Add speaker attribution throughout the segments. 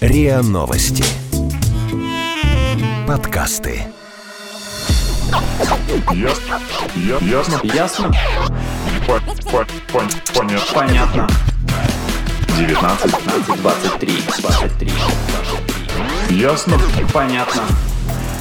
Speaker 1: РИА Новости. Подкасты.
Speaker 2: Ясно. Я- Ясно.
Speaker 3: Ясно?
Speaker 2: По- по- пон- Понятно.
Speaker 3: Понятно.
Speaker 2: 19.
Speaker 3: 23, 23.
Speaker 2: Ясно.
Speaker 3: Понятно.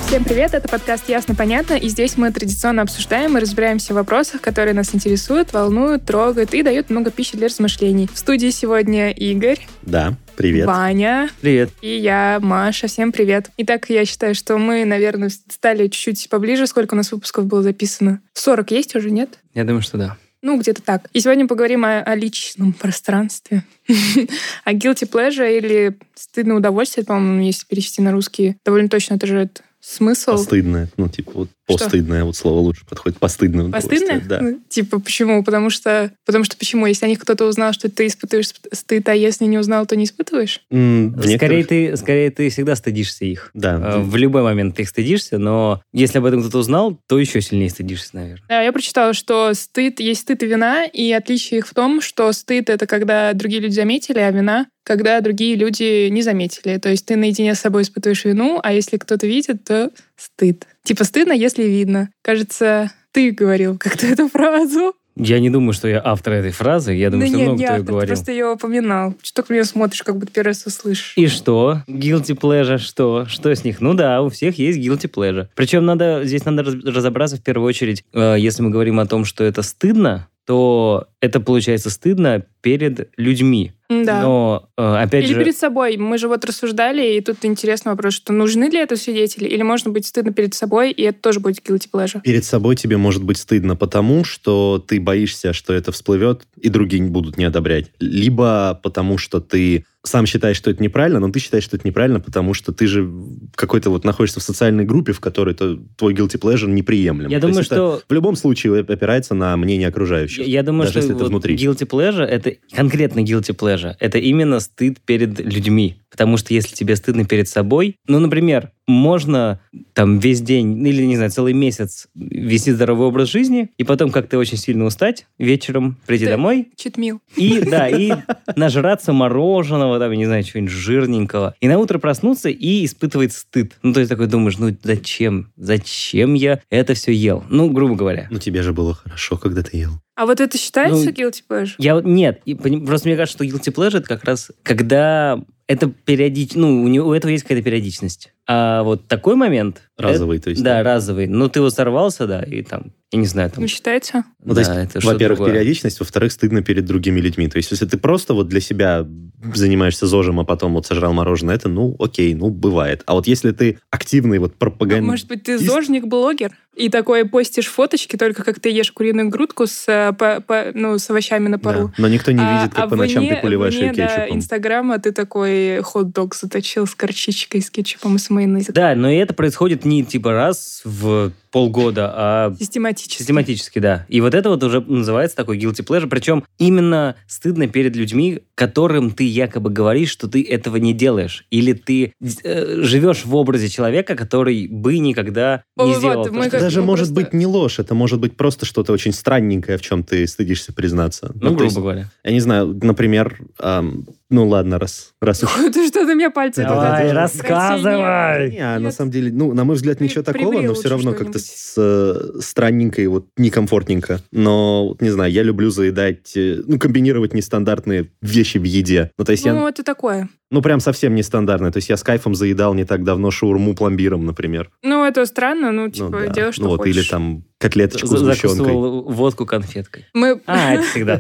Speaker 4: Всем привет, это подкаст «Ясно, понятно», и здесь мы традиционно обсуждаем и разбираемся в вопросах, которые нас интересуют, волнуют, трогают и дают много пищи для размышлений. В студии сегодня Игорь,
Speaker 5: Да, привет.
Speaker 4: Ваня
Speaker 5: Привет.
Speaker 4: и я, Маша. Всем привет. Итак, я считаю, что мы, наверное, стали чуть-чуть поближе, сколько у нас выпусков было записано. 40 есть уже, нет?
Speaker 6: Я думаю, что да.
Speaker 4: Ну, где-то так. И сегодня поговорим о, о личном пространстве. О guilty pleasure или стыдное удовольствие, это, по-моему, если перевести на русский. Довольно точно это же это смысл.
Speaker 5: Постыдное. Ну, типа, вот
Speaker 4: Что?
Speaker 5: постыдное, вот слово лучше подходит. Постыдное удовольствие,
Speaker 4: Постыдно?
Speaker 5: Да.
Speaker 4: Ну, Типа, почему? Потому что, потому что почему? Если о них кто-то узнал, что ты испытываешь сп- стыд, а если не узнал, то не испытываешь?
Speaker 5: М, в
Speaker 6: Скорее
Speaker 5: некоторых-
Speaker 6: ты, скорее ты всегда стыдишься их. Э,
Speaker 5: Да.
Speaker 6: В любой момент ты их стыдишься, но если об этом кто-то узнал, то еще сильнее стыдишься, наверное.
Speaker 4: Да, я прочитала, что стыд, есть стыд и вина, и отличие их в том, что стыд — это когда другие люди заметили, а вина — когда другие люди не заметили. То есть ты наедине с собой испытываешь вину, а если кто-то видит, то стыд. Типа стыдно, если видно. Кажется, ты говорил как-то эту фразу.
Speaker 6: Я не думаю, что я автор этой фразы. Я думаю,
Speaker 4: да
Speaker 6: что
Speaker 4: нет,
Speaker 6: много
Speaker 4: не
Speaker 6: кто ее
Speaker 4: автор, ты
Speaker 6: говорил.
Speaker 4: просто ее упоминал. Что ты на нее смотришь, как будто первый раз услышишь?
Speaker 6: И что? Guilty pleasure, что? Что с них? Ну да, у всех есть guilty pleasure. Причем надо, здесь надо раз- разобраться в первую очередь, э, если мы говорим о том, что это стыдно, то это получается стыдно перед людьми.
Speaker 4: М, Да.
Speaker 6: Но, э, опять
Speaker 4: Или
Speaker 6: же...
Speaker 4: перед собой. Мы же вот рассуждали, и тут интересный вопрос, что нужны ли это свидетели, или можно быть стыдно перед собой, и это тоже будет guilty pleasure.
Speaker 5: Перед собой тебе может быть стыдно, потому что ты боишься, что это всплывет, и другие не будут не одобрять. Либо потому что ты сам считаешь, что это неправильно, но ты считаешь, что это неправильно, потому что ты же в какой-то вот находишься в социальной группе, в которой то- твой guilty pleasure неприемлем.
Speaker 6: Я
Speaker 5: То
Speaker 6: думаю,
Speaker 5: есть это
Speaker 6: что
Speaker 5: В любом случае опирается на мнение окружающих.
Speaker 6: Я, я думаю,
Speaker 5: даже
Speaker 6: что
Speaker 5: если это
Speaker 6: вот
Speaker 5: внутри.
Speaker 6: guilty pleasure это конкретно guilty pleasure. Это именно стыд перед людьми. Потому что если тебе стыдно перед собой, ну, например, можно там весь день или, не знаю, целый месяц вести здоровый образ жизни, и потом как-то очень сильно устать вечером, прийти
Speaker 4: Да.
Speaker 6: домой
Speaker 4: Читмил.
Speaker 6: и, да, и нажраться мороженого, там, я не знаю, чего-нибудь жирненького. И на утро проснуться и испытывать стыд. Ну, то есть такой думаешь, ну, зачем? Зачем я это все ел? Ну, грубо говоря.
Speaker 5: Ну, тебе же было хорошо, когда ты ел.
Speaker 4: А вот это считается
Speaker 6: Ну,
Speaker 4: guilty pleasure?
Speaker 6: Я вот нет, и пони- просто мне кажется, что guilty pleasure это как раз когда это периодич, ну у него у этого есть какая-то периодичность, а вот такой момент э,
Speaker 5: Разовый, то есть.
Speaker 6: да, разовый, ну ты его сорвался, да, и там, я не знаю, там,
Speaker 4: Не считается?
Speaker 5: Ну,
Speaker 6: да,
Speaker 5: то есть,
Speaker 6: это что-то
Speaker 5: во-первых,
Speaker 6: другое.
Speaker 5: периодичность, во-вторых, стыдно перед другими людьми. То есть, если ты просто вот для себя занимаешься зожем, а потом вот сожрал мороженое, это, ну, окей, ну, бывает. А вот если ты активный вот пропагандист...
Speaker 4: Ну, Может быть, ты зожник-блогер, и такой постишь фоточки, только как ты ешь куриную грудку с, э, по- по- ну, с овощами на пару.
Speaker 5: Да, но никто не
Speaker 4: А-
Speaker 5: видит, как
Speaker 4: а
Speaker 5: по ночам
Speaker 4: вне-
Speaker 5: ты поливаешь ее
Speaker 4: вне, да,
Speaker 5: кетчупом.
Speaker 4: Инстаграма ты такой хот-дог заточил с горчичкой, с кетчупом и с майонезом.
Speaker 6: да, но и это происходит не типа раз в полгода, а
Speaker 4: Систематически.
Speaker 6: Систематически, да. И вот это вот уже называется такой guilty pleasure. Причем именно стыдно перед людьми, которым ты якобы говоришь, что ты этого не делаешь. Или ты э, живешь в образе человека, который бы никогда не
Speaker 4: Вот,
Speaker 6: сделал.
Speaker 4: мы
Speaker 6: Потому что-
Speaker 4: как-
Speaker 5: Даже
Speaker 4: ну,
Speaker 5: может
Speaker 4: просто-
Speaker 5: быть не ложь, это может быть просто что-то очень странненькое, в чем ты стыдишься признаться.
Speaker 6: Ну,
Speaker 5: то
Speaker 6: грубо
Speaker 5: есть,
Speaker 6: говоря.
Speaker 5: Я не знаю, например, ам, ну ладно, раз, раз уж
Speaker 4: Ты что на меня пальцы Ну,
Speaker 5: Давай,
Speaker 4: показываешь?
Speaker 6: рассказывай.
Speaker 4: Красивее.
Speaker 5: Не, а на
Speaker 4: Нет.
Speaker 5: самом деле, ну, на мой взгляд,
Speaker 4: При-
Speaker 5: ничего такого,
Speaker 4: приври
Speaker 5: но
Speaker 4: лучше
Speaker 5: все равно
Speaker 4: что-нибудь.
Speaker 5: как-то с, э, странненько и вот некомфортненько. Но, вот не знаю, я люблю заедать, э, ну, комбинировать нестандартные вещи в еде. Ну, то есть
Speaker 4: Ну,
Speaker 5: я,
Speaker 4: это такое.
Speaker 5: ну, прям совсем нестандартные. То есть я с кайфом заедал не так давно шаурму пломбиром, например.
Speaker 4: Ну, это странно, ну,
Speaker 5: Ну,
Speaker 4: типа,
Speaker 5: да.
Speaker 4: делаешь, что
Speaker 5: Ну, вот,
Speaker 4: хочешь.
Speaker 5: или там котлеточку с
Speaker 6: За-
Speaker 5: сгущенкой.
Speaker 6: Закусывал водку конфеткой.
Speaker 4: Мы...
Speaker 6: А, это всегда.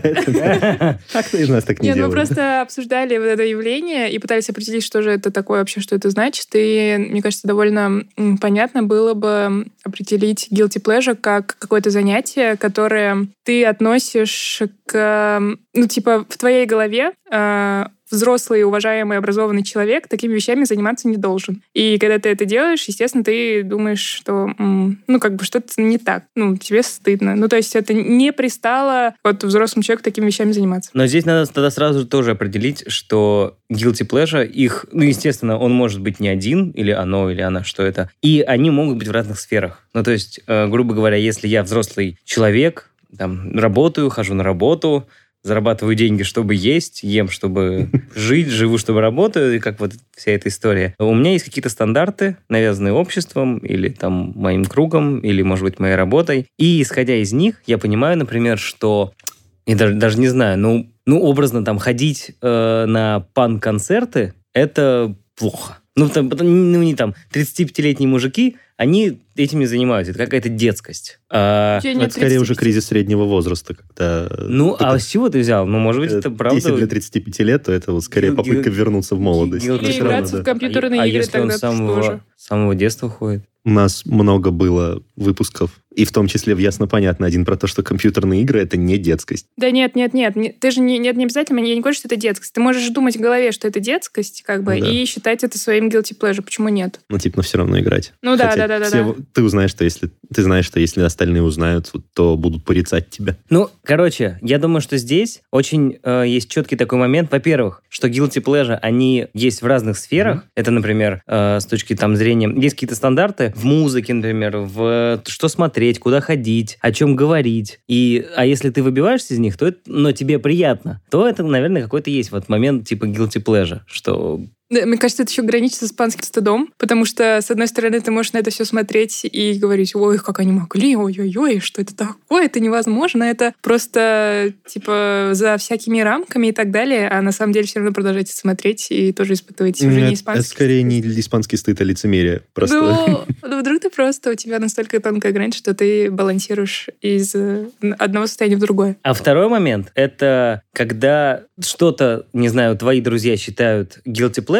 Speaker 5: А кто из нас так не
Speaker 4: Не, мы
Speaker 5: делает?
Speaker 4: просто обсуждали вот это явление и пытались определить, что же это такое вообще, что это значит. И, мне кажется, довольно м, понятно было бы определить guilty pleasure как какое-то занятие, которое ты относишь к... м, Ну, типа, в твоей голове э, взрослый, уважаемый, образованный человек такими вещами заниматься не должен. И когда ты это делаешь, естественно, ты думаешь, что, м, ну, как бы что-то не так. Ну, тебе стыдно. Ну, то есть это не пристало вот взрослому человеку такими вещами заниматься.
Speaker 6: Но здесь надо тогда сразу же тоже определить, что guilty pleasure, их, ну, естественно, он может быть не один, или оно, или она, что это. И они могут быть в разных сферах. Ну, то есть, э, грубо говоря, если я взрослый человек, там, работаю, хожу на работу, зарабатываю деньги, чтобы есть, ем, чтобы жить, живу, чтобы работаю, и как вот вся эта история. У меня есть какие-то стандарты, навязанные обществом или там моим кругом, или, может быть, моей работой. И исходя из них, я понимаю, например, что я даже, даже не знаю, ну, ну образно там ходить э, на пан-концерты это плохо. Ну, там, потом, ну, не там, 35-летние мужики, они этим не занимаются. Это какая-то детскость. А,
Speaker 4: Тебе
Speaker 5: Ну, Это
Speaker 4: нет
Speaker 5: скорее
Speaker 4: 30.
Speaker 5: уже кризис среднего возраста, когда... э,
Speaker 6: ну, а
Speaker 5: это-
Speaker 6: с чего ты взял? Ну, может быть, это правда...
Speaker 5: Если для 35 лет, то это вот скорее
Speaker 6: Гил-
Speaker 5: попытка
Speaker 6: гил-
Speaker 5: вернуться в молодость.
Speaker 6: гил-
Speaker 5: Это
Speaker 4: Или
Speaker 5: всё
Speaker 4: играться
Speaker 5: равно,
Speaker 4: в
Speaker 5: да.
Speaker 4: компьютерные
Speaker 6: а,
Speaker 4: игры
Speaker 6: если он
Speaker 4: тогда
Speaker 6: с
Speaker 4: что же?
Speaker 6: самого, с самого детства ходит?
Speaker 5: У нас много было выпусков, и в том числе в «Ясно понятно» один про то, что компьютерные игры — это не детскость.
Speaker 4: Да нет, нет, нет. не- Ты же не, нет, не обязательно, я не говорю, что это детскость. Ты можешь думать в голове, что это детскость, как бы,
Speaker 5: Ну да.
Speaker 4: и считать это своим guilty pleasure. Почему нет?
Speaker 5: Ну, типа, но все равно играть.
Speaker 4: Ну да,
Speaker 5: Хотя
Speaker 4: да, да, да,
Speaker 5: все
Speaker 4: да.
Speaker 5: в- Ты узнаешь, что если... Ты знаешь, что если остальные узнают, вот, то будут порицать тебя.
Speaker 6: Ну, короче, я думаю, что здесь очень э, есть четкий такой момент. Во-первых, что guilty pleasure, они есть в разных сферах. Это, например, э, с точки там зрения... Есть какие-то стандарты в музыке, например, в э, что смотреть, куда ходить, о чем говорить. И, а если ты выбиваешься из них, то это, но тебе приятно, то это, наверное, какой-то есть вот момент типа guilty pleasure, что
Speaker 4: Да, Мне кажется, это еще граничит с испанским стыдом, потому что, с одной стороны, ты можешь на это все смотреть и говорить, ой, как они могли, ой-ой-ой, что это такое, это невозможно, это просто, типа, за всякими рамками и так далее, а на самом деле все равно продолжаете смотреть и тоже испытываете уже не
Speaker 5: Нет,
Speaker 4: испанский
Speaker 5: это скорее
Speaker 4: стыд.
Speaker 5: не испанский стыд, а лицемерие. Просто
Speaker 4: Ну, ну, вдруг ты просто, у тебя настолько тонкая грань, что ты балансируешь из э, одного состояния в другое.
Speaker 6: А второй момент — это когда что-то, не знаю, твои друзья считают guilty pleasure,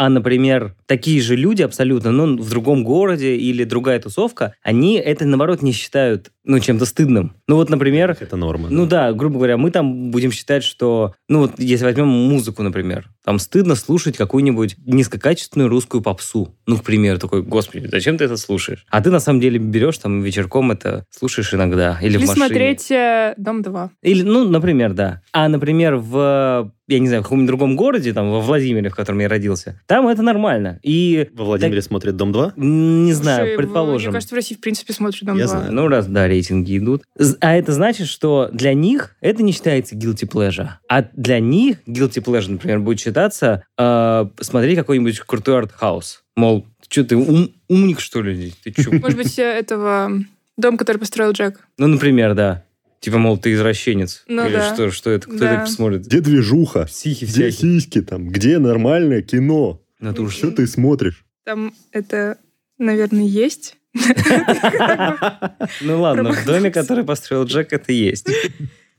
Speaker 6: а, например, такие же люди абсолютно, ну, в другом городе или другая тусовка, они это, наоборот, не считают, ну, чем-то стыдным. Ну, вот, например,
Speaker 5: это норма.
Speaker 6: ну да, грубо говоря, мы там будем считать, что, ну вот если возьмем музыку, например, там стыдно слушать какую-нибудь низкокачественную русскую попсу. Ну, к примеру, такой, господи, зачем ты это слушаешь? А ты на самом деле берешь там вечерком это слушаешь иногда или,
Speaker 4: Или
Speaker 6: в машине.
Speaker 4: смотреть э, «Дом-2».
Speaker 6: Или, ну, например, да. А, например, в, я не знаю, в каком-нибудь другом городе, там, во Владимире, в котором я родился, там это нормально. И,
Speaker 5: Во Владимире смотрят «Дом-2»?
Speaker 6: м, не знаю,
Speaker 4: Слушай, в-
Speaker 6: предположим.
Speaker 4: Мне кажется, в России, в принципе, смотрят «Дом-2».
Speaker 5: Я знаю.
Speaker 6: Ну, раз, да, рейтинги идут. З- А это значит, что для них это не считается guilty pleasure. А для них guilty pleasure, например, будет считаться э, смотреть какой-нибудь крутой артхаус. Мол, что ты, ум- умник, что ли? Ты чё?
Speaker 4: Может быть, э, этого дом, который построил Джек.
Speaker 6: Ну, например, да. Типа, мол, ты извращенец.
Speaker 4: Ну
Speaker 6: Или
Speaker 4: да.
Speaker 6: что, что это? Кто
Speaker 4: Да.
Speaker 6: это посмотрит?
Speaker 5: Где движуха?
Speaker 6: Психи
Speaker 5: Где
Speaker 6: всякие.
Speaker 5: сиськи там? Где нормальное кино?
Speaker 6: Ну, это уж
Speaker 5: Что ты смотришь?
Speaker 4: Там это, наверное, есть.
Speaker 6: Ну ладно, в
Speaker 4: Промахнулся.
Speaker 6: доме, который построил Джек, это есть.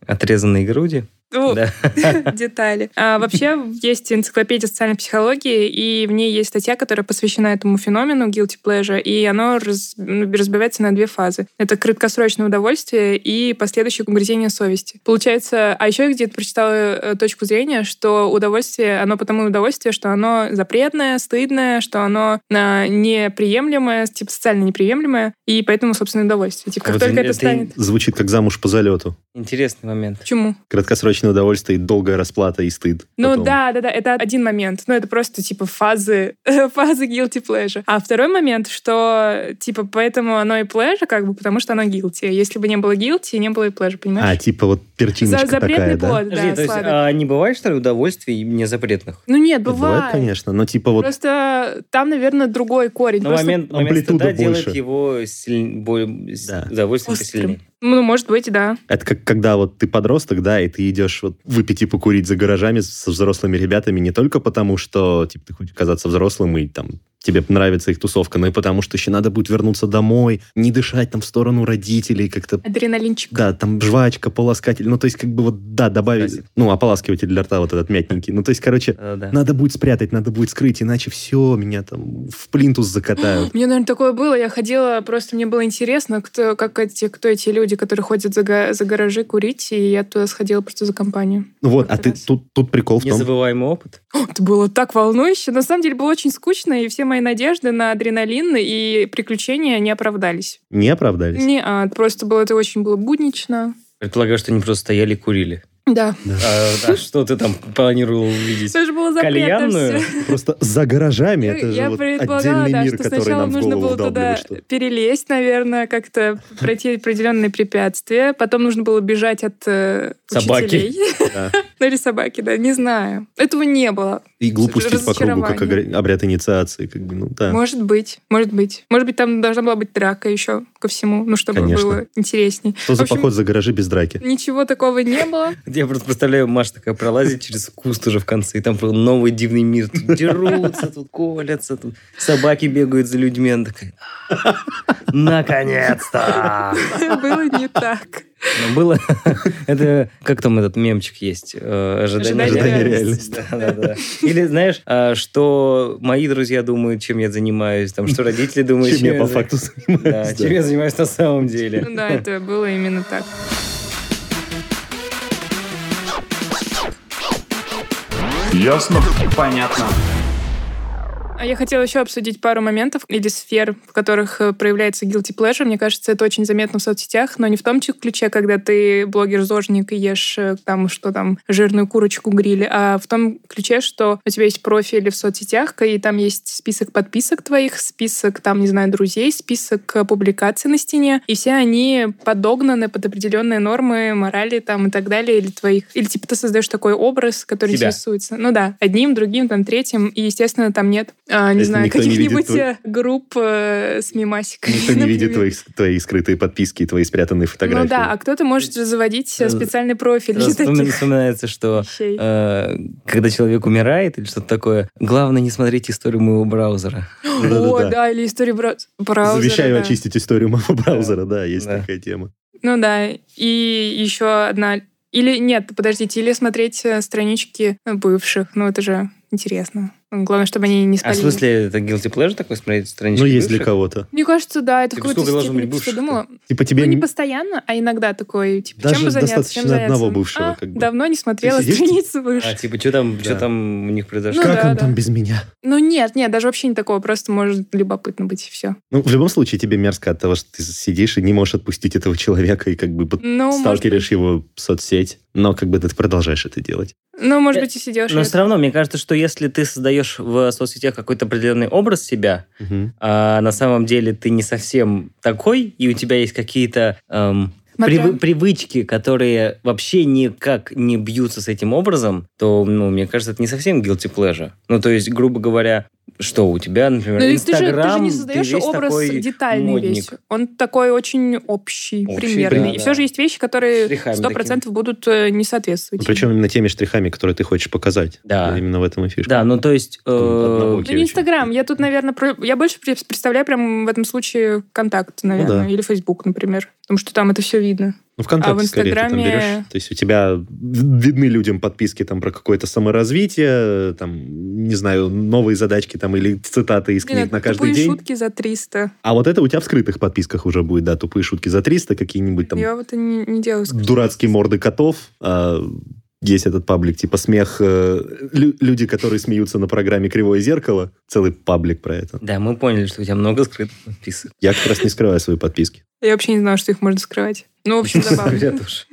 Speaker 6: Отрезанные груди.
Speaker 4: Ну,
Speaker 6: Да.
Speaker 4: детали. А, вообще, есть энциклопедия социальной психологии, и в ней есть статья, которая посвящена этому феномену guilty pleasure, и оно раз- ну, разбивается на две фазы. Это краткосрочное удовольствие и последующее угрызение совести. Получается, а еще я где-то прочитала э, точку зрения, что удовольствие, оно потому и удовольствие, что оно запретное, стыдное, что оно а, неприемлемое, типа социально неприемлемое, и поэтому, собственно, удовольствие. Типа, как
Speaker 6: А Вот
Speaker 4: только
Speaker 6: это
Speaker 4: это станет...
Speaker 5: Звучит как замуж по залету.
Speaker 6: Интересный момент.
Speaker 4: Почему?
Speaker 5: Краткосрочное удовольствие, и долгая расплата и стыд.
Speaker 4: Ну
Speaker 5: потом.
Speaker 4: да, да, да, это один момент. Ну это просто типа фазы, фазы guilty pleasure. А второй момент, что типа поэтому оно и pleasure, как бы, потому что оно guilty. Если бы не было guilty, не было и pleasure,
Speaker 5: А,
Speaker 4: понимаешь?
Speaker 5: типа вот перчиночка
Speaker 4: За- запретный
Speaker 5: такая, да?
Speaker 4: плод,
Speaker 6: Подожди,
Speaker 4: да,
Speaker 6: то есть,
Speaker 4: сладок.
Speaker 6: а не бывает, что ли, удовольствий незапретных?
Speaker 4: Ну нет,
Speaker 5: Это
Speaker 4: бывает.
Speaker 5: конечно. Но типа вот
Speaker 4: Просто там, наверное, другой корень.
Speaker 6: Но
Speaker 4: Просто,
Speaker 6: момент, момент
Speaker 5: амплитуда
Speaker 6: стыда делает
Speaker 5: больше.
Speaker 6: его силь- более- с-
Speaker 5: Да.
Speaker 6: удовольствие
Speaker 4: Острым.
Speaker 6: посильнее.
Speaker 4: Ну, может быть, да.
Speaker 5: это как когда вот ты подросток, да, и ты идешь вот выпить и покурить за гаражами со взрослыми ребятами не только потому, что типа ты хочешь казаться взрослым и там тебе нравится их тусовка, но и потому, что еще надо будет вернуться домой, не дышать там в сторону родителей, как-то
Speaker 4: Адреналинчик.
Speaker 5: Да, там жвачка, полоскатель. Ну, то есть, как бы вот, да, добавить...
Speaker 6: Красиво.
Speaker 5: Ну, ополаскиватель для рта вот этот мятненький. Ну, то есть, короче,
Speaker 6: Да-да-да.
Speaker 5: надо будет спрятать, надо будет скрыть, иначе все, меня там в плинтус закатают.
Speaker 4: У меня, наверное, такое было. Я ходила, просто мне было интересно, кто, как эти, кто эти люди, которые ходят за, га- за гаражи курить, и я туда сходила просто за компанию.
Speaker 5: Ну вот, а
Speaker 4: как-то
Speaker 5: ты
Speaker 4: раз.
Speaker 5: тут, тут прикол в том...
Speaker 6: Незабываемый опыт.
Speaker 4: Это было так волнующе. На самом деле было очень скучно, и все мои надежды на адреналин и приключения не оправдались. а,
Speaker 5: Не оправдались?
Speaker 4: Не, просто было это очень было буднично.
Speaker 6: Предполагаю, что они просто стояли и курили.
Speaker 4: Да.
Speaker 6: А, а что ты там планировал увидеть?
Speaker 4: Все же было запретно
Speaker 6: Кальянную?
Speaker 4: все.
Speaker 5: Просто за гаражами это же
Speaker 4: Я
Speaker 5: вот
Speaker 4: предполагала,
Speaker 5: отдельный
Speaker 4: да,
Speaker 5: мир,
Speaker 4: что
Speaker 5: который
Speaker 4: сначала
Speaker 5: нам в
Speaker 4: нужно
Speaker 5: голову
Speaker 4: было туда
Speaker 5: вдалбливает. что-
Speaker 4: перелезть, наверное, как-то пройти определенные препятствия. Потом нужно было бежать от э,
Speaker 6: Собаки.
Speaker 4: учителей.
Speaker 5: Да.
Speaker 4: Ну или собаки, да, не знаю. Этого не было.
Speaker 5: И глупустить по кругу, как
Speaker 4: разочарование.
Speaker 5: огр- обряд инициации. Как бы, ну да.
Speaker 4: Может быть, может быть. Может быть, там должна была быть драка еще ко всему, ну, чтобы
Speaker 5: Конечно.
Speaker 4: было интересней.
Speaker 5: Что
Speaker 4: в
Speaker 5: за
Speaker 4: общем-
Speaker 5: поход за гаражи без драки?
Speaker 4: Ничего такого не было.
Speaker 6: Я просто представляю, Маша такая пролазит через куст уже в конце, и там прям новый дивный мир. Тут дерутся, тут колятся, тут собаки бегают за людьми. Она такая, «А, наконец-то!
Speaker 4: Было не так.
Speaker 6: Но было... Это как там этот мемчик есть? Э, Ожидание,
Speaker 4: Ожидание
Speaker 5: реальности.
Speaker 6: Да-да-да. Или знаешь, а, что мои друзья думают, чем я занимаюсь, там, что родители думают,
Speaker 5: Чем я по
Speaker 6: за-
Speaker 5: факту
Speaker 6: Да,
Speaker 5: занимаюсь?
Speaker 6: чем я занимаюсь на самом деле.
Speaker 4: Ну да, это было именно так.
Speaker 2: Ясно?
Speaker 3: Понятно.
Speaker 4: А Я хотела еще обсудить пару моментов или сфер, в которых э, проявляется guilty pleasure. Мне кажется, это очень заметно в соцсетях, но не в том чё- ключе, когда ты блогер-зожник и ешь э, там, что там, жирную курочку грили, а в том ключе, что у тебя есть профили в соцсетях, и там есть список подписок твоих, список там, не знаю, друзей, список э, публикаций на стене, и все они подогнаны под определенные нормы морали там и так далее, или твоих... Или типа ты создаешь такой образ, который
Speaker 6: Себя.
Speaker 4: тебя интересуется. Ну да, одним, другим, там, третьим. И, естественно, там нет, а, не
Speaker 5: Если
Speaker 4: знаю,
Speaker 5: никто не видит
Speaker 4: каких-нибудь
Speaker 5: твой-
Speaker 4: э, групп э, с мемасиками.
Speaker 5: Никто не видит
Speaker 4: например.
Speaker 5: твои, твои скрытые подписки и твои спрятанные фотографии.
Speaker 4: Ну да, а кто-то может заводить э,
Speaker 6: Раз-
Speaker 4: специальный профиль для
Speaker 6: Вспомин-
Speaker 4: таких
Speaker 6: Вспоминается, что
Speaker 4: вещей.
Speaker 6: э, когда человек умирает или что-то такое, главное не смотреть историю моего браузера.
Speaker 4: О,
Speaker 5: Да-да-да.
Speaker 4: да, или история бра- браузера.
Speaker 5: Завещаю
Speaker 4: да.
Speaker 5: очистить историю моего браузера, да, есть
Speaker 6: Да.
Speaker 5: такая тема.
Speaker 4: Ну да, и еще одна... Или нет, подождите, или смотреть э, странички э, бывших. Ну это же интересно. Главное, чтобы они не
Speaker 6: А в
Speaker 4: спалили.
Speaker 6: смысле, это guilty pleasure такой, смотреть страничку?
Speaker 5: Ну, есть для кого-то.
Speaker 4: Мне кажется, да, это в
Speaker 6: Так
Speaker 4: какой-то
Speaker 6: сколько должно
Speaker 4: степени
Speaker 6: быть бывших-то?
Speaker 4: подумала.
Speaker 5: Типа тебе...
Speaker 4: Ну, не
Speaker 5: м-
Speaker 4: постоянно, а иногда такой, типа,
Speaker 5: Даже
Speaker 4: чем бы заняться,
Speaker 5: достаточно
Speaker 4: чем заняться?
Speaker 5: одного бывшего,
Speaker 4: А,
Speaker 5: как бы.
Speaker 4: давно не смотрела
Speaker 5: Ты сидишь,
Speaker 4: страницу
Speaker 6: А,
Speaker 4: выше.
Speaker 6: типа, что там,
Speaker 5: Да.
Speaker 6: чё там у них произошло?
Speaker 4: Ну
Speaker 5: Как
Speaker 4: да,
Speaker 5: он
Speaker 4: да.
Speaker 5: там без меня?
Speaker 4: Ну нет, нет, даже вообще не такого, просто может любопытно быть и все.
Speaker 5: Ну, в любом случае, тебе мерзко от того, что ты сидишь и не можешь отпустить этого человека, и как бы под-
Speaker 4: Ну, может,
Speaker 5: сталкиваешь его в соцсеть, но как бы ты продолжаешь это делать.
Speaker 4: ну, может быть, и сидешь.
Speaker 6: Но
Speaker 4: и-
Speaker 6: все равно, мне кажется, что если ты создаешь в соцсетях какой-то определенный образ себя,
Speaker 5: Мгм.
Speaker 6: а на самом деле ты не совсем такой, и у тебя есть какие-то эм,
Speaker 4: Смотря-
Speaker 6: привы- привычки, которые вообще никак не бьются с этим образом, то, ну, мне кажется, это не совсем guilty pleasure. Ну, то есть, грубо говоря, что у тебя, например,
Speaker 4: Ну, и ты, же,
Speaker 6: Инстаграм,
Speaker 4: ты же не создаешь
Speaker 6: весь
Speaker 4: образ
Speaker 6: такой
Speaker 4: детальный весь.
Speaker 6: модник.
Speaker 4: Он такой очень общий,
Speaker 6: Общий,
Speaker 4: примерный.
Speaker 6: да,
Speaker 4: и
Speaker 6: да.
Speaker 4: все же есть вещи, которые
Speaker 6: Штрихами
Speaker 4: сто процентов будут э, не соответствовать.
Speaker 5: Ну, Причем именно теми штрихами, которые ты хочешь показать.
Speaker 6: Да.
Speaker 5: Именно в этом и фишка.
Speaker 6: Да, ну, то есть... э,
Speaker 5: Одного
Speaker 4: Ну, не
Speaker 5: Кевича.
Speaker 4: Инстаграм. Я тут, наверное, про- я больше пре- представляю прям в этом случае контакт, наверное,
Speaker 5: Ну да.
Speaker 4: или Фейсбук, например. Потому что там это все видно.
Speaker 5: Ну, ВКонтакте
Speaker 4: А в
Speaker 5: скорее ты там
Speaker 4: Инстаграме-
Speaker 5: берешь. То есть у тебя в- видны людям подписки там про какое-то саморазвитие, там, не знаю, новые задачки там или цитаты из
Speaker 4: Не, ну,
Speaker 5: книг на каждый
Speaker 4: тупые
Speaker 5: день.
Speaker 4: шутки за 300.
Speaker 5: А вот это у тебя в скрытых подписках уже будет, да, тупые шутки за 300, какие-нибудь там
Speaker 4: Я вот и не, не делаю. скрин.
Speaker 5: дурацкие морды котов. а, есть этот паблик, типа смех... э, лю- люди, которые смеются на программе «Кривое зеркало». Целый паблик про это.
Speaker 6: Да, мы поняли, что у тебя много скрытых подписок.
Speaker 5: Я как раз не скрываю свои подписки.
Speaker 4: Я вообще не знала, что их можно скрывать. Ну, в общем,
Speaker 6: Я
Speaker 4: забавно.
Speaker 6: тоже.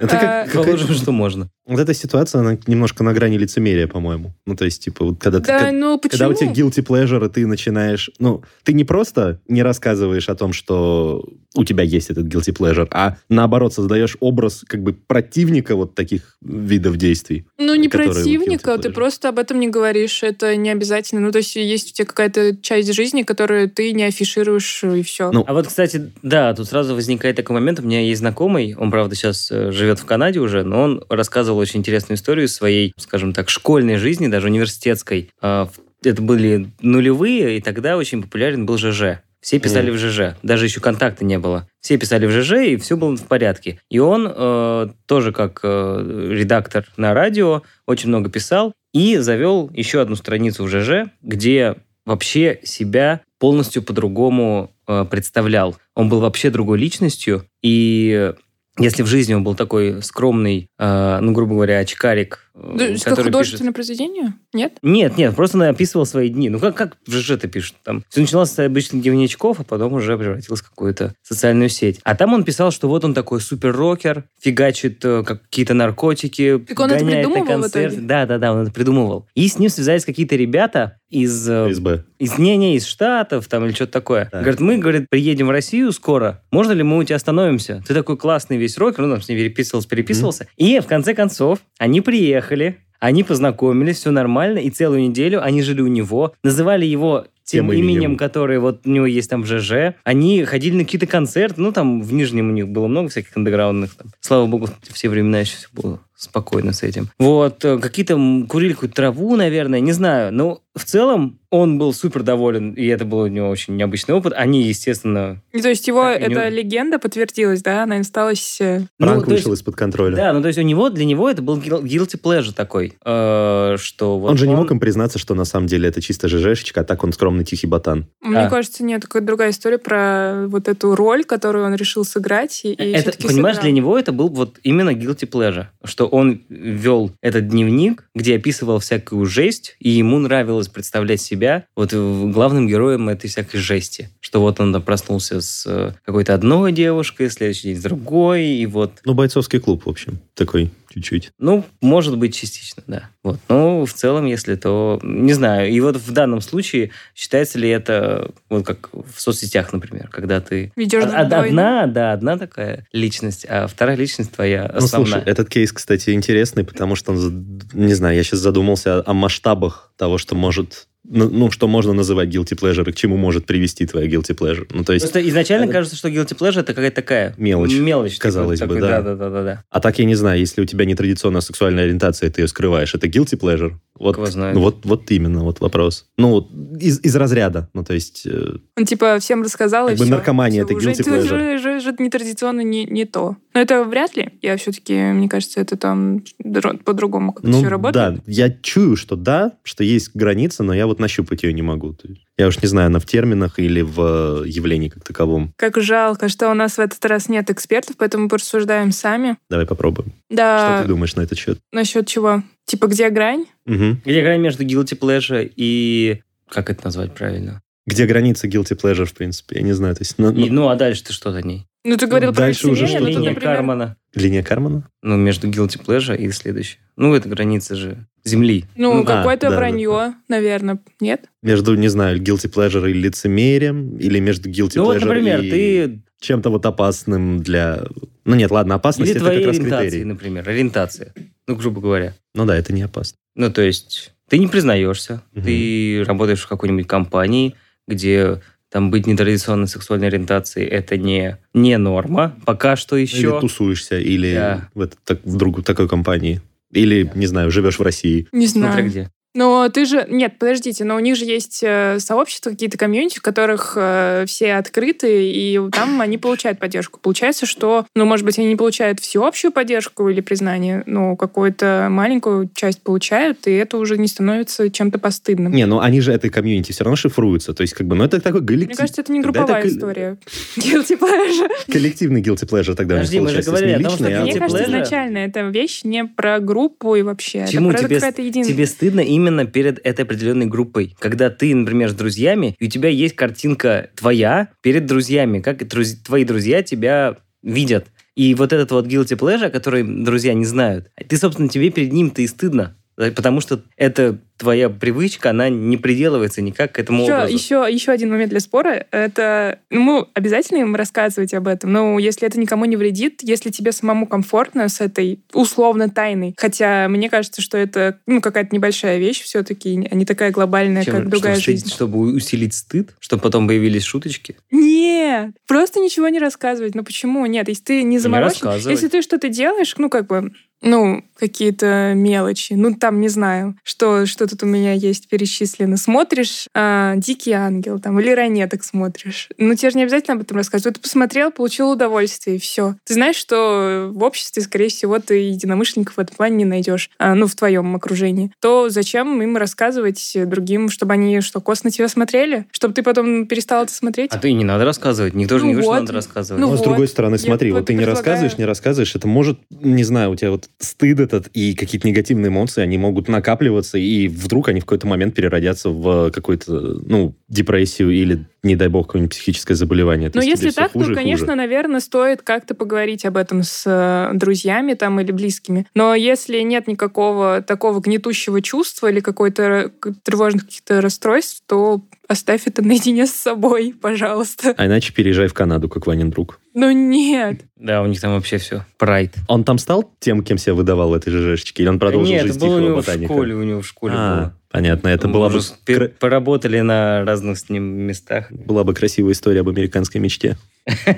Speaker 5: Это
Speaker 4: А,
Speaker 5: как, какая-
Speaker 6: Положим, что можно.
Speaker 5: Вот эта ситуация, она немножко на грани лицемерия, по-моему. Ну, то есть, типа, вот когда ты...
Speaker 4: Да,
Speaker 5: ко-
Speaker 4: ну почему?
Speaker 5: Когда у тебя guilty pleasure, и ты начинаешь... Ну, ты не просто не рассказываешь о том, что у тебя есть этот guilty pleasure, а наоборот создаешь образ как бы противника вот таких видов действий.
Speaker 4: Ну, не
Speaker 5: которые вот guilty
Speaker 4: противника,
Speaker 5: pleasure.
Speaker 4: ты просто об этом не говоришь, это не обязательно. Ну, то есть есть у тебя какая-то часть жизни, которую ты не афишируешь, и все.
Speaker 5: Ну,
Speaker 6: А вот, кстати, да, тут сразу возникает такой момент. У меня есть знакомый, он, правда, сейчас э, живет в Канаде уже, но он рассказывал очень интересную историю своей, скажем так, школьной жизни, даже университетской. А, в- Это были нулевые, и тогда очень популярен был ЖЖ. Все писали в ЖЖ, даже еще контакта не было. Все писали в ЖЖ, и все было в порядке. И он э, тоже как э, редактор на радио очень много писал и завел еще одну страницу в ЖЖ, где вообще себя полностью по-другому э, представлял. Он был вообще другой личностью, и если в жизни он был такой скромный, э, ну, грубо говоря, очкарик,
Speaker 4: Да,
Speaker 6: э,
Speaker 4: как
Speaker 6: который пишет...
Speaker 4: художественное произведение? Нет?
Speaker 6: Нет, нет, просто она описывала свои дни. Ну, как, как в ЖЖ ты пишут там? Все начиналось с обычных дневничков, а потом уже превратилось в какую-то социальную сеть. А там он писал, что вот он такой супер-рокер, фигачит э, как- какие-то наркотики,
Speaker 4: Так он это
Speaker 6: гоняет на
Speaker 4: придумывал в
Speaker 6: концерты.
Speaker 4: итоге?
Speaker 6: Да-да-да, он это придумывал. И с ним связались какие-то ребята из... э,
Speaker 5: СБ.
Speaker 6: из не, не из Штатов там или что-то такое.
Speaker 5: Так.
Speaker 6: Говорит, мы, говорит, приедем в Россию скоро. Можно ли мы у тебя остановимся? Ты такой классный весь рокер. Ну, там с ним переписывался, переписывался. И в конце концов они приехали, они познакомились, все нормально. И целую неделю они жили у него, называли его тем
Speaker 5: Тем
Speaker 6: именем,
Speaker 5: именем.
Speaker 6: который вот у него есть там в ЖЖ. Они ходили на какие-то концерты. Ну, там в Нижнем у них было много всяких андеграундных. там. Слава богу, в те времена еще все было спокойно с этим. Вот, э, какие-то м, курили какую-то траву, наверное, не знаю. Но в целом он был супер доволен, и это был у него очень необычный опыт. Они, естественно...
Speaker 4: И Ну, То есть его
Speaker 6: Так, и не
Speaker 4: эта
Speaker 6: он.
Speaker 4: легенда подтвердилась, да? Она осталась... э,
Speaker 5: Пранк
Speaker 6: ну, то есть-
Speaker 5: вышел из-под контроля.
Speaker 6: Да, ну то есть у него, для него это был guil- guilty pleasure такой, э, что вот
Speaker 5: он же не мог им признаться, что на самом деле это чисто ЖЖшечка, а так он скромный тихий ботан.
Speaker 4: Мне
Speaker 6: А.
Speaker 4: кажется, нет, какая-то другая история про вот эту роль, которую он решил сыграть. И, и
Speaker 6: это,
Speaker 4: всё-таки
Speaker 6: понимаешь,
Speaker 4: сыграл.
Speaker 6: для него это был вот именно guilty pleasure, что он вел этот дневник, где описывал всякую жесть, и ему нравилось представлять себя вот в- главным героем этой всякой жести, что вот он там проснулся с э, какой-то одной девушкой, следующий день с другой, и вот,
Speaker 5: Ну, бойцовский клуб, в общем, такой чуть-чуть.
Speaker 6: ну, может быть, частично, да. Вот, ну, в целом, если то, не знаю, и вот в данном случае считается ли это, э, вот как в соцсетях, например, когда ты
Speaker 4: Ведёшь
Speaker 6: Од- од-
Speaker 4: двойную.
Speaker 6: одна, да, одна такая личность, а вторая личность твоя
Speaker 5: Ну,
Speaker 6: основная.
Speaker 5: слушай, этот кейс, кстати, интересный, потому что, он, зад- не знаю, я сейчас задумался о, о масштабах того, что может, ну, ну, что можно называть guilty pleasure, и к чему может привести твоя guilty pleasure. Ну, то есть,
Speaker 6: Просто изначально
Speaker 5: Это-
Speaker 6: кажется, что guilty pleasure это какая-то такая
Speaker 5: Мелочь,
Speaker 6: Мелочь. типа,
Speaker 5: казалось бы,
Speaker 6: такой,
Speaker 5: да.
Speaker 6: Да, да, да, да.
Speaker 5: а так я не знаю, если у тебя нетрадиционная сексуальная ориентация, и ты ее скрываешь, это guilty pleasure? Вот,
Speaker 6: Кого знает.
Speaker 5: ну, вот, вот именно, вот вопрос. Ну, вот из, из разряда, ну, то есть, э,
Speaker 4: Он типа всем рассказал, и
Speaker 5: Как бы
Speaker 4: всё.
Speaker 5: наркомания
Speaker 4: Всё,
Speaker 5: это
Speaker 4: уже-
Speaker 5: guilty
Speaker 4: это уже- уже- уже нетрадиционно не, не то. Но это вряд ли. Я все-таки, мне кажется, это там дро- по-другому как-то все работает.
Speaker 5: Ну Да, я чую, что да, что есть граница, но я вот нащупать ее не могу. То есть Я уж не знаю, она в терминах или в э, явлении как таковом.
Speaker 4: Как жалко, что у нас в этот раз нет экспертов, поэтому порассуждаем сами.
Speaker 5: Давай попробуем. Что
Speaker 6: А,
Speaker 4: Да,
Speaker 5: ты думаешь на этот счет?
Speaker 4: насчет чего? Типа, где грань?
Speaker 5: Мгм.
Speaker 6: Где грань между guilty pleasure и... Как это назвать правильно?
Speaker 5: Где граница guilty pleasure, в принципе? Я не знаю. То есть на- на-
Speaker 6: И, ну, а дальше ты что за ней?
Speaker 4: Ну, ты говорил про
Speaker 5: дальше уже
Speaker 4: лицемерие,
Speaker 5: что-то
Speaker 4: ну,
Speaker 5: там.
Speaker 6: Линия
Speaker 4: например,
Speaker 6: Кармана.
Speaker 5: линия Кармана?
Speaker 6: Ну, между guilty pleasure и следующее. Ну, это граница же земли.
Speaker 4: Ну,
Speaker 5: Ну, а,
Speaker 4: какое-то
Speaker 5: да, да,
Speaker 4: вранье, наверное, нет?
Speaker 5: Между, не знаю, guilty pleasure и лицемерием? Или между guilty
Speaker 6: ну, вот,
Speaker 5: pleasure
Speaker 6: например,
Speaker 5: и
Speaker 6: ты...
Speaker 5: чем-то вот опасным для... Ну нет, ладно, опасность
Speaker 6: Или
Speaker 5: это
Speaker 6: твоей
Speaker 5: как раз
Speaker 6: ориентации,
Speaker 5: критерий.
Speaker 6: например. Ориентация. Ну, грубо говоря.
Speaker 5: Ну да, это не опасно.
Speaker 6: Ну, то есть ты не признаешься,
Speaker 5: Мгм.
Speaker 6: ты работаешь в какой-нибудь компании, где там быть нетрадиционной сексуальной ориентации это не, не норма, пока что еще.
Speaker 5: Или тусуешься, или
Speaker 6: Да.
Speaker 5: в, это- так- в другу- такой компании. Или, не знаю, живешь в России.
Speaker 4: Не
Speaker 6: Смотря
Speaker 4: знаю.
Speaker 6: где.
Speaker 4: Но ты же... Нет, подождите, но у них же есть э, сообщества, какие-то комьюнити, в которых э, все открыты, и там они получают поддержку. Получается, что, ну, может быть, они не получают всеобщую поддержку или признание, но какую-то маленькую часть получают, и это уже не становится чем-то постыдным.
Speaker 5: Не, ну они же этой комьюнити все равно шифруются. То есть, как бы, ну это такой коллектив,
Speaker 4: Мне кажется, это не
Speaker 5: Да, это
Speaker 4: групповая
Speaker 5: кол-
Speaker 4: история. Guilty pleasure.
Speaker 5: коллективный guilty pleasure тогда у них
Speaker 6: Подожди, мы же
Speaker 5: получается. То есть
Speaker 6: говорили
Speaker 5: не
Speaker 6: о том, что
Speaker 5: личный, а
Speaker 6: guilty
Speaker 4: Мне кажется,
Speaker 6: pleasure-
Speaker 4: изначально эта вещь не про группу и вообще.
Speaker 6: Чему
Speaker 4: это про
Speaker 6: тебе с-
Speaker 4: какая-то единая...
Speaker 6: Тебе стыдно именно перед этой определенной группой. Когда ты, например, с друзьями, и у тебя есть картинка твоя перед друзьями, как и друз- твои друзья тебя видят. И вот этот вот guilty pleasure, который друзья не знают, ты, собственно, тебе перед ним-то и стыдно. Да, Потому что эта твоя привычка, она не приделывается никак к этому
Speaker 4: Еще,
Speaker 6: образу.
Speaker 4: еще, еще один момент для спора. Это, ну, мы обязательно им рассказывать об этом. Но если это никому не вредит, если тебе самому комфортно с этой условно тайной. Хотя мне кажется, что это, ну, какая-то небольшая вещь все-таки, а не такая глобальная,
Speaker 6: Чем-
Speaker 4: как другая
Speaker 6: чтобы, стыд-
Speaker 4: жизнь.
Speaker 6: чтобы у- усилить стыд, чтобы потом появились шуточки.
Speaker 4: Нет, просто ничего не рассказывать. Ну почему? Нет, если ты не заморочен,
Speaker 6: рассказывать.
Speaker 4: если ты что-то делаешь, ну как бы, ну какие-то мелочи, ну там не знаю, что что тут у меня есть перечислено. Смотришь а, Дикий ангел там или Ранеток смотришь, ну тебе же не обязательно об этом рассказывать. Вот Ты посмотрел, получил удовольствие и все. Ты знаешь, что в обществе, скорее всего, ты единомышленников в этом плане не найдешь, а, ну в твоем окружении. То зачем им рассказывать другим, чтобы они что косно тебя смотрели, чтобы ты потом перестал это смотреть?
Speaker 6: А ты не надо рассказывать. Никто же
Speaker 4: Ну
Speaker 6: не говорит, что
Speaker 4: вот.
Speaker 6: надо рассказывать.
Speaker 5: Ну,
Speaker 4: Ну
Speaker 5: с
Speaker 4: вот.
Speaker 5: другой стороны,
Speaker 4: Я
Speaker 5: смотри,
Speaker 4: вот
Speaker 5: вот ты
Speaker 4: и
Speaker 5: не
Speaker 4: предлагаю.
Speaker 5: рассказываешь, не рассказываешь, это может, не знаю, у тебя вот стыд этот и какие-то негативные эмоции, они могут накапливаться, и вдруг они в какой-то момент переродятся в э, какую-то, ну, депрессию или, не дай бог, какое-нибудь психическое заболевание. То
Speaker 4: Ну,
Speaker 5: есть тебе
Speaker 4: если
Speaker 5: всё
Speaker 4: так,
Speaker 5: хуже
Speaker 4: то,
Speaker 5: и
Speaker 4: конечно,
Speaker 5: хуже.
Speaker 4: наверное, стоит как-то поговорить об этом с э, друзьями там или близкими. Но если нет никакого такого гнетущего чувства или какой-то р- тревожных каких-то расстройств, то оставь это наедине с собой, пожалуйста.
Speaker 5: А иначе переезжай в Канаду, как Ванин друг.
Speaker 4: Ну нет.
Speaker 6: Да, у них там вообще все. Прайд.
Speaker 5: Он там стал тем, кем себя выдавал в этой ЖЖшечке? Или он продолжил
Speaker 6: Нет,
Speaker 5: жизнь
Speaker 6: это было у
Speaker 5: тихого
Speaker 6: него
Speaker 5: ботаника?
Speaker 6: в школе, у него в школе
Speaker 5: А,
Speaker 6: было.
Speaker 5: понятно, это
Speaker 6: Мы
Speaker 5: была бы,
Speaker 6: уже пер-
Speaker 5: кра-
Speaker 6: Поработали на разных с ним местах.
Speaker 5: была бы красивая история об американской мечте. Ну,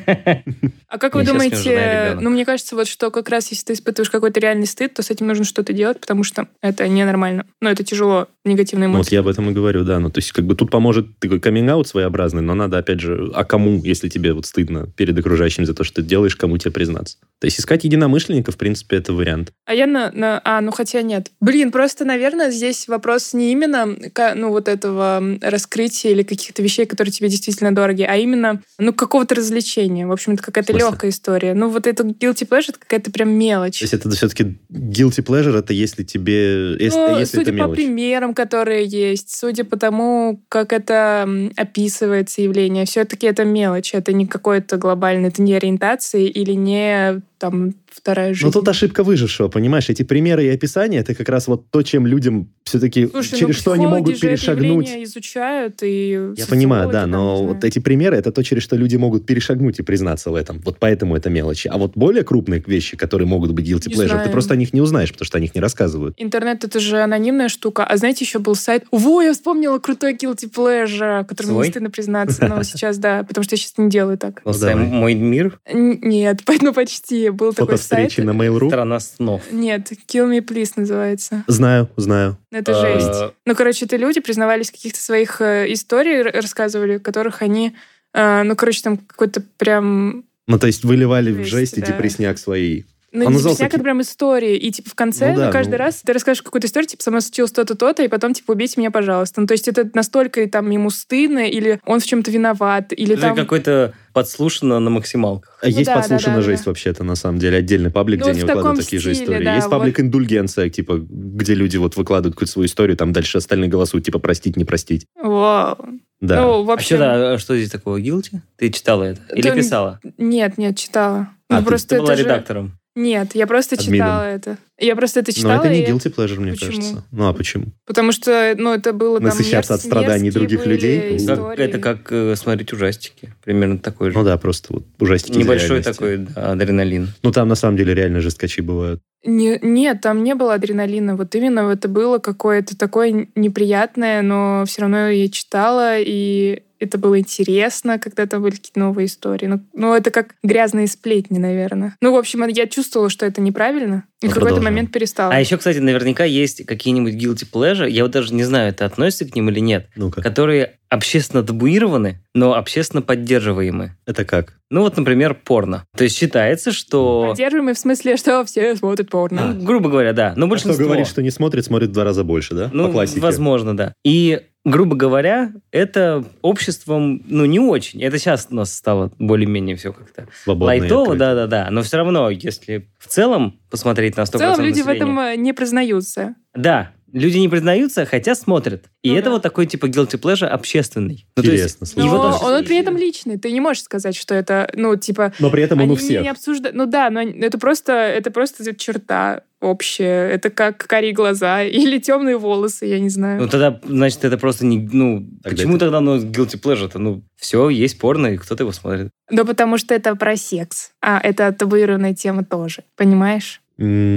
Speaker 4: А как вы
Speaker 6: Мне щас не нужна
Speaker 4: думаете,
Speaker 6: ребенок.
Speaker 4: ну, мне кажется, вот что как раз если ты испытываешь какой-то реальный стыд, то с этим нужно что-то делать, потому что это ненормально. Ну, это тяжело, негативные
Speaker 5: Ну, вот
Speaker 4: эмоции.
Speaker 5: я об этом и говорю, да. Ну, то есть, как бы тут поможет такой каминг своеобразный, но надо, опять же, а кому, если тебе вот стыдно перед окружающим за то, что ты делаешь, кому тебе признаться? То есть, искать единомышленника, в принципе, это вариант.
Speaker 4: А я на, на- А, ну хотя нет. Блин, просто, наверное, здесь вопрос не именно, ка- ну, вот этого м, раскрытия или каких-то вещей, которые тебе действительно дороги, а именно, ну, какого-то развлечения. В общем, это какая-то
Speaker 5: В смысле?
Speaker 4: легкая история. Ну, вот это guilty pleasure, это какая-то прям мелочь.
Speaker 5: То есть, это все-таки guilty pleasure, это если тебе... Если,
Speaker 4: Ну,
Speaker 5: если
Speaker 4: судя
Speaker 5: это
Speaker 4: по
Speaker 5: мелочь.
Speaker 4: примерам, которые есть, судя по тому, как это м, описывается явление, все-таки это мелочь, это не какое-то глобальное, это не ориентации или не там вторая жизнь.
Speaker 5: Ну, тут ошибка выжившего, понимаешь? Эти примеры и описания, это как раз вот то, чем людям все-таки...
Speaker 4: Слушай, ну,
Speaker 5: через что они
Speaker 4: психологи
Speaker 5: могут
Speaker 4: же это
Speaker 5: перешагнуть.
Speaker 4: явление изучают и
Speaker 5: Я
Speaker 4: социологи
Speaker 5: понимаю, да,
Speaker 4: там,
Speaker 5: но
Speaker 4: не
Speaker 5: вот
Speaker 4: знаю.
Speaker 5: эти примеры это то, через что люди могут перешагнуть и признаться в этом. Вот поэтому это мелочи. А вот более крупные вещи, которые могут быть guilty
Speaker 4: Не
Speaker 5: pleasure, ты
Speaker 4: знаю.
Speaker 5: просто о них не узнаешь, потому что о них не рассказывают.
Speaker 4: Интернет это же анонимная штука. А знаете, еще был сайт. Во, я вспомнила крутой guilty pleasure, которому
Speaker 6: Свой?
Speaker 4: не стыдно признаться, но сейчас да, потому что я сейчас не делаю так.
Speaker 5: Ну,
Speaker 6: Вот
Speaker 5: давай.
Speaker 6: Мой мир,
Speaker 4: Н- Нет, ну почти. Был такой
Speaker 5: Фото
Speaker 4: сайт. э,
Speaker 5: встречи на Mail.ru.
Speaker 6: страна снов.
Speaker 4: Нет, Kill Me Please называется.
Speaker 5: Знаю, знаю.
Speaker 4: Это
Speaker 6: Э,
Speaker 4: жесть. Ну, короче, это люди признавались в каких-то своих э, историй, р- рассказывали, в которых они, э, ну, короче, там какой-то прям...
Speaker 5: Ну, то есть выливали в
Speaker 4: Жесть,
Speaker 5: жесть эти
Speaker 4: да.
Speaker 5: депрессняк свои.
Speaker 4: Ну,
Speaker 5: Он
Speaker 4: не
Speaker 5: А назывался
Speaker 4: депресняк, это
Speaker 5: каким-
Speaker 4: прям истории. И, типа, в конце,
Speaker 5: Ну
Speaker 4: ну,
Speaker 5: да,
Speaker 4: каждый
Speaker 5: ну.
Speaker 4: раз ты расскажешь какую-то историю, типа, со мной случилось то-то, то-то, и потом, типа, убейте меня, пожалуйста. Ну, то есть это настолько и там ему стыдно, или он в чем-то виноват, или
Speaker 6: Это
Speaker 4: там... Э,
Speaker 6: какой-то подслушано на максималках.
Speaker 5: А есть
Speaker 4: Ну да, да,
Speaker 5: подслушанная
Speaker 4: да,
Speaker 5: жесть
Speaker 4: да.
Speaker 5: вообще-то, на самом деле, отдельный паблик,
Speaker 4: Ну,
Speaker 5: где
Speaker 4: вот
Speaker 5: они
Speaker 4: в
Speaker 5: выкладывают
Speaker 4: таком
Speaker 5: такие же
Speaker 4: стиле,
Speaker 5: истории.
Speaker 4: да,
Speaker 5: есть
Speaker 4: вот.
Speaker 5: паблик индульгенция, типа, где люди вот выкладывают какую-то свою историю, там дальше остальные голосуют, типа, простить, не простить.
Speaker 4: Вау.
Speaker 5: Да.
Speaker 4: Ну, в
Speaker 6: А
Speaker 4: общем...
Speaker 6: что, да, а что здесь такого? Гилти? Ты читала это? Или
Speaker 4: Да,
Speaker 6: писала?
Speaker 4: Нет, нет, читала.
Speaker 5: А,
Speaker 4: ну,
Speaker 5: ты-
Speaker 4: просто
Speaker 6: Ты была
Speaker 4: это же-
Speaker 6: редактором.
Speaker 4: Нет, я просто
Speaker 5: Админом.
Speaker 4: читала это. Я просто это
Speaker 5: Но
Speaker 4: читала,
Speaker 5: это не
Speaker 4: и-
Speaker 5: guilty pleasure, мне
Speaker 4: Почему?
Speaker 5: кажется. Ну, а почему?
Speaker 4: потому что, ну, это было там
Speaker 5: Насыщаться от
Speaker 4: мерз-
Speaker 5: страданий
Speaker 4: мерзкие
Speaker 5: других
Speaker 4: были
Speaker 5: людей?
Speaker 6: Как-
Speaker 4: истории.
Speaker 6: это как э, смотреть ужастики. Примерно такой же.
Speaker 5: Ну да, просто вот ужастики из
Speaker 6: Небольшой
Speaker 5: реальности.
Speaker 6: такой да, адреналин.
Speaker 5: Ну там на самом деле реально жесткачи бывают.
Speaker 4: Не- нет, там не было адреналина. Вот именно это было какое-то такое неприятное, но все равно я читала, и это было интересно, когда там были какие-то новые истории. Ну, ну, это как грязные сплетни, наверное. Ну, в общем, я чувствовала, что это неправильно, и в
Speaker 5: Ну,
Speaker 4: какой-то
Speaker 5: продолжаем.
Speaker 4: момент перестала.
Speaker 6: А еще, кстати, наверняка есть какие-нибудь guilty pleasure, я вот даже не знаю, это относится к ним или нет,
Speaker 5: Ну-ка,
Speaker 6: которые общественно табуированы, но общественно поддерживаемы.
Speaker 5: это как? А
Speaker 6: Ну вот, например, порно. То есть считается, что...
Speaker 4: Поддерживаемый в смысле, что все смотрят порно.
Speaker 6: Ну, грубо говоря, да.
Speaker 5: А
Speaker 6: Но
Speaker 5: Кто
Speaker 6: большинство...
Speaker 5: говорит, что не смотрит, смотрит в два раза больше, да?
Speaker 6: ну,
Speaker 5: По классике.
Speaker 6: возможно, да. И, грубо говоря, это обществом, ну, не очень. Это сейчас у нас стало более-менее все как-то
Speaker 5: Свободно и
Speaker 6: лайтово,
Speaker 5: открыто.
Speaker 6: да-да-да. Но все равно, если в целом посмотреть на 100%
Speaker 4: в целом люди в
Speaker 6: населения-
Speaker 4: этом э, не признаются.
Speaker 6: Да, люди не признаются, хотя смотрят. И
Speaker 4: Ну
Speaker 6: это
Speaker 4: да.
Speaker 6: вот такой типа guilty pleasure общественный. Ну, то есть-
Speaker 5: Интересно, слушай.
Speaker 4: Но
Speaker 6: и вот
Speaker 4: он,
Speaker 6: даже-
Speaker 4: он при этом личный. Ты не можешь сказать, что это, ну, типа,
Speaker 5: Но при этом он у
Speaker 4: Они
Speaker 5: всех.
Speaker 4: не обсуждают. Ну да, но это просто, это просто черта общая. Это как карие глаза или темные волосы, я не знаю.
Speaker 6: Ну тогда, значит, это просто не... Ну,
Speaker 5: Тогда
Speaker 6: почему
Speaker 5: это-
Speaker 6: тогда оно guilty pleasure-то? Ну, все, есть порно, и кто-то его смотрит.
Speaker 4: Ну потому что это про секс. А это табуированная тема тоже. Понимаешь?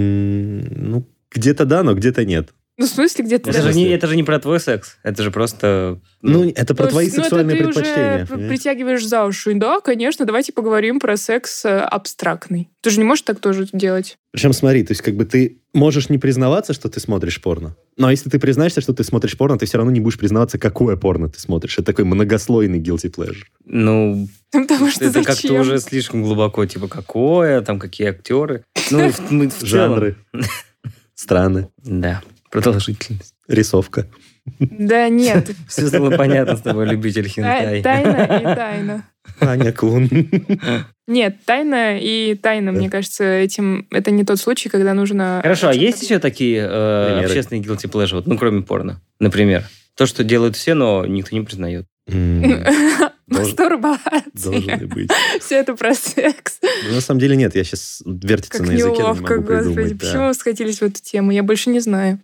Speaker 5: М, Ну, где-то да, но где-то нет.
Speaker 4: Ну, в смысле, где-то...
Speaker 6: Это
Speaker 4: даже-
Speaker 6: же,
Speaker 5: смысле?
Speaker 6: не, это же не про твой секс. Это же просто...
Speaker 5: Ну, это про
Speaker 4: Ну,
Speaker 5: твои
Speaker 4: ну, это
Speaker 5: сексуальные
Speaker 4: ты уже
Speaker 5: предпочтения.
Speaker 4: пр-
Speaker 5: понимаешь?
Speaker 4: притягиваешь за уши. Да, конечно, давайте поговорим про секс э, абстрактный. Ты же не можешь так тоже делать.
Speaker 5: Причем смотри, то есть как бы ты можешь не признаваться, что ты смотришь порно. Но если ты признаешься, что ты смотришь порно, ты все равно не будешь признаваться, какое порно ты смотришь. Это такой многослойный guilty pleasure.
Speaker 6: ну,
Speaker 4: Потому что
Speaker 6: это
Speaker 4: зачем?
Speaker 6: как-то уже слишком глубоко. Типа, какое, там, какие актеры. Ну, в- мы в целом-
Speaker 5: Жанры, страны,
Speaker 6: Да, продолжительность.
Speaker 5: рисовка.
Speaker 4: Да нет,
Speaker 6: Все стало понятно с тобой, любитель
Speaker 4: та-
Speaker 6: хентай.
Speaker 4: тайна и тайна.
Speaker 5: Аня Кун.
Speaker 4: Нет, тайна и тайна, мне кажется, этим это не тот случай, когда нужно...
Speaker 6: Хорошо, а есть еще такие э,
Speaker 5: Примеры.
Speaker 6: общественные guilty pleasure, вот, ну, кроме порно, например? То, что делают все, но никто не признает.
Speaker 5: М, Должен
Speaker 4: Мастурбация.
Speaker 5: ли быть.
Speaker 4: Все это про секс.
Speaker 5: Ну, На самом деле нет, я сейчас вертится
Speaker 4: Как
Speaker 5: на языке, но не
Speaker 4: неловко,
Speaker 5: могу
Speaker 4: господи.
Speaker 5: придумать. да. Ну,
Speaker 4: Почему вы скатились в эту тему? Я больше не знаю.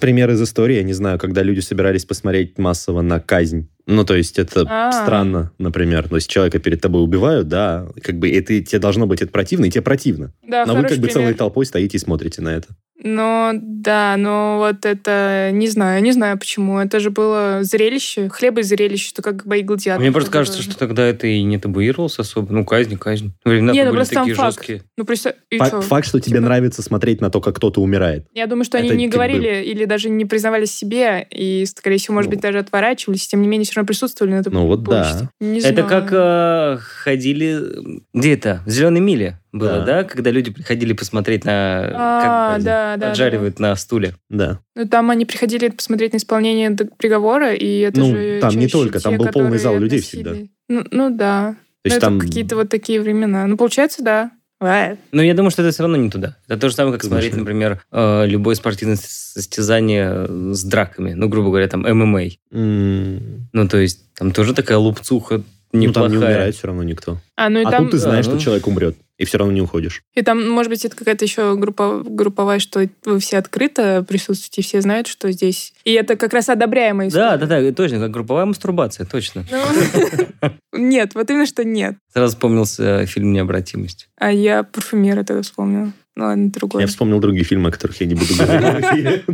Speaker 5: Пример из истории, я не знаю, когда люди собирались посмотреть массово на казнь. Ну, то есть это
Speaker 4: А.
Speaker 5: странно, например. То есть человека перед тобой убивают, да, как бы это тебе должно быть это противно, и тебе противно.
Speaker 4: Да,
Speaker 5: Но вы как
Speaker 4: хороший
Speaker 5: бы целой
Speaker 4: пример.
Speaker 5: толпой стоите и смотрите на это.
Speaker 4: Ну, да, но вот это... Не знаю, не знаю почему. Это же было зрелище, хлеб и зрелище, что А как бои гладиаторов.
Speaker 6: Мне просто
Speaker 4: было.
Speaker 6: кажется, что тогда это и не табуировалось особо. Ну, казнь, казнь. Времена
Speaker 4: Не, ну,
Speaker 6: были
Speaker 4: просто там
Speaker 6: такие
Speaker 4: факт.
Speaker 6: жесткие.
Speaker 4: Ну, просто... и
Speaker 5: Фа-
Speaker 4: чё?
Speaker 5: Факт, что тебе
Speaker 4: Типа-
Speaker 5: нравится смотреть на то, как кто-то умирает.
Speaker 4: Я думаю, что они
Speaker 5: Это типа
Speaker 4: не
Speaker 5: как бы-
Speaker 4: говорили или даже не признавались себе, и, скорее всего, может
Speaker 5: Ну.
Speaker 4: быть, даже отворачивались, тем не менее, все равно присутствовали на этом
Speaker 5: Ну вот да.
Speaker 4: площади. Не
Speaker 6: Это
Speaker 4: знаю.
Speaker 6: как э, ходили... Где это? В «Зеленой миле» было,
Speaker 5: Да.
Speaker 6: да? Когда люди приходили посмотреть на...
Speaker 4: А,
Speaker 6: как
Speaker 4: да, да.
Speaker 6: поджаривают на стуле.
Speaker 5: Да.
Speaker 4: да. Ну, там они приходили посмотреть на исполнение д- приговора, и это
Speaker 5: Ну,
Speaker 4: же
Speaker 5: там не
Speaker 4: чаще
Speaker 5: только, там
Speaker 4: те,
Speaker 5: был полный
Speaker 4: которые
Speaker 5: зал людей
Speaker 4: относили.
Speaker 5: всегда.
Speaker 4: Ну, ну да. Ну,
Speaker 5: То есть
Speaker 4: это
Speaker 5: там...
Speaker 4: какие-то вот такие времена. Ну, получается, да. Э,
Speaker 6: Но я думаю, что это все равно не туда. Это то же самое, как смотреть, например, э, любое спортивное состязание с драками. Ну, грубо говоря, там ММА.
Speaker 5: м,
Speaker 6: Ну, то есть, там тоже такая лупцуха
Speaker 5: Ну, там
Speaker 6: неплохая.
Speaker 5: не умирает все равно никто.
Speaker 4: А, ну и
Speaker 5: а
Speaker 4: там,
Speaker 5: тут ты знаешь,
Speaker 6: да,
Speaker 5: что
Speaker 6: ну.
Speaker 5: человек умрет, и все равно не уходишь.
Speaker 4: и там, может быть, это какая-то еще группа, групповая, что вы все открыто присутствуете, все знают, что здесь. И это как раз одобряемая
Speaker 6: да,
Speaker 4: история.
Speaker 6: да, да, точно, как групповая мастурбация, точно.
Speaker 4: Ну, Нет, вот именно что нет.
Speaker 6: Сразу вспомнился фильм «Необратимость».
Speaker 4: А я парфюмера тогда вспомнила. Ну ладно, другое.
Speaker 5: Я вспомнил другие фильмы, о которых я не буду говорить.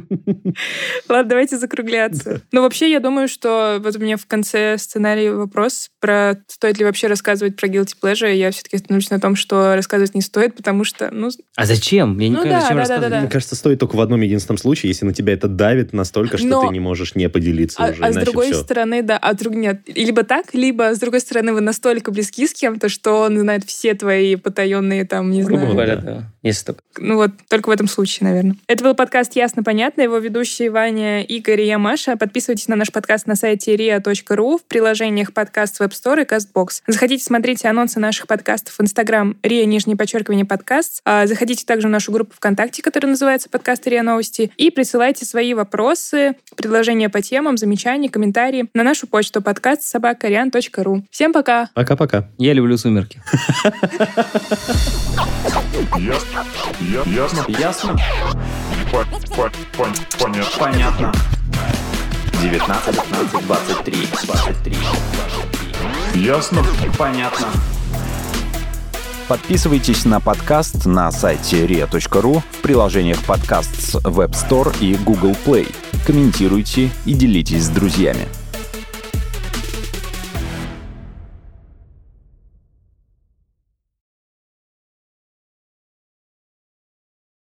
Speaker 4: Ладно, давайте закругляться. Ну, вообще, я думаю, что вот у меня в конце сценария вопрос про стоит ли вообще рассказывать про guilty pleasure. Я все-таки остановлюсь на том, что рассказывать не стоит, потому что, ну,
Speaker 6: А зачем? Я не
Speaker 4: Ну
Speaker 6: понимаю,
Speaker 4: да, да,
Speaker 6: зачем
Speaker 4: да,
Speaker 6: рассказывать.
Speaker 4: да,
Speaker 5: Мне кажется, стоит только в одном единственном случае, если на тебя это давит настолько, что
Speaker 4: Но-
Speaker 5: ты не можешь не поделиться
Speaker 4: а,
Speaker 5: уже,
Speaker 4: а с
Speaker 5: иначе
Speaker 4: другой
Speaker 5: все.
Speaker 4: стороны, да, а друг нет. Либо так, либо с другой стороны, вы настолько близки с кем-то, что он знает все твои потаенные там, не
Speaker 6: Грубо
Speaker 4: знаю,
Speaker 6: говоря, да. Если только.
Speaker 4: Ну вот, только в этом случае, наверное. Это был подкаст «Ясно-понятно». Его ведущие Ваня, Игорь и я, Маша. Подписывайтесь на наш подкаст на сайте ria.ru, в приложениях подкаст Web Store и CastBox. Заходите, смотрите анонсы наших подкастов в Instagram ria, нижнее подчеркивание, подкаст. А, Заходите также в нашу группу ВКонтакте, которая называется «Подкаст РИА Новости». И присылайте свои вопросы, предложения по темам, замечания, комментарии на нашу почту подкаст собакариан.ру. Всем пока!
Speaker 5: Пока-пока.
Speaker 6: Я люблю «Сумерки».
Speaker 2: Ясно. Я- Ясно.
Speaker 3: Ясно?
Speaker 2: По- по- по- Понятно.
Speaker 3: Понятно. 19, 19, 23, 23, 23.
Speaker 2: Ясно.
Speaker 3: Понятно.
Speaker 1: Подписывайтесь на подкаст на сайте ria.ru в приложениях подкаст с Web Store и Google Play. Комментируйте и делитесь с друзьями.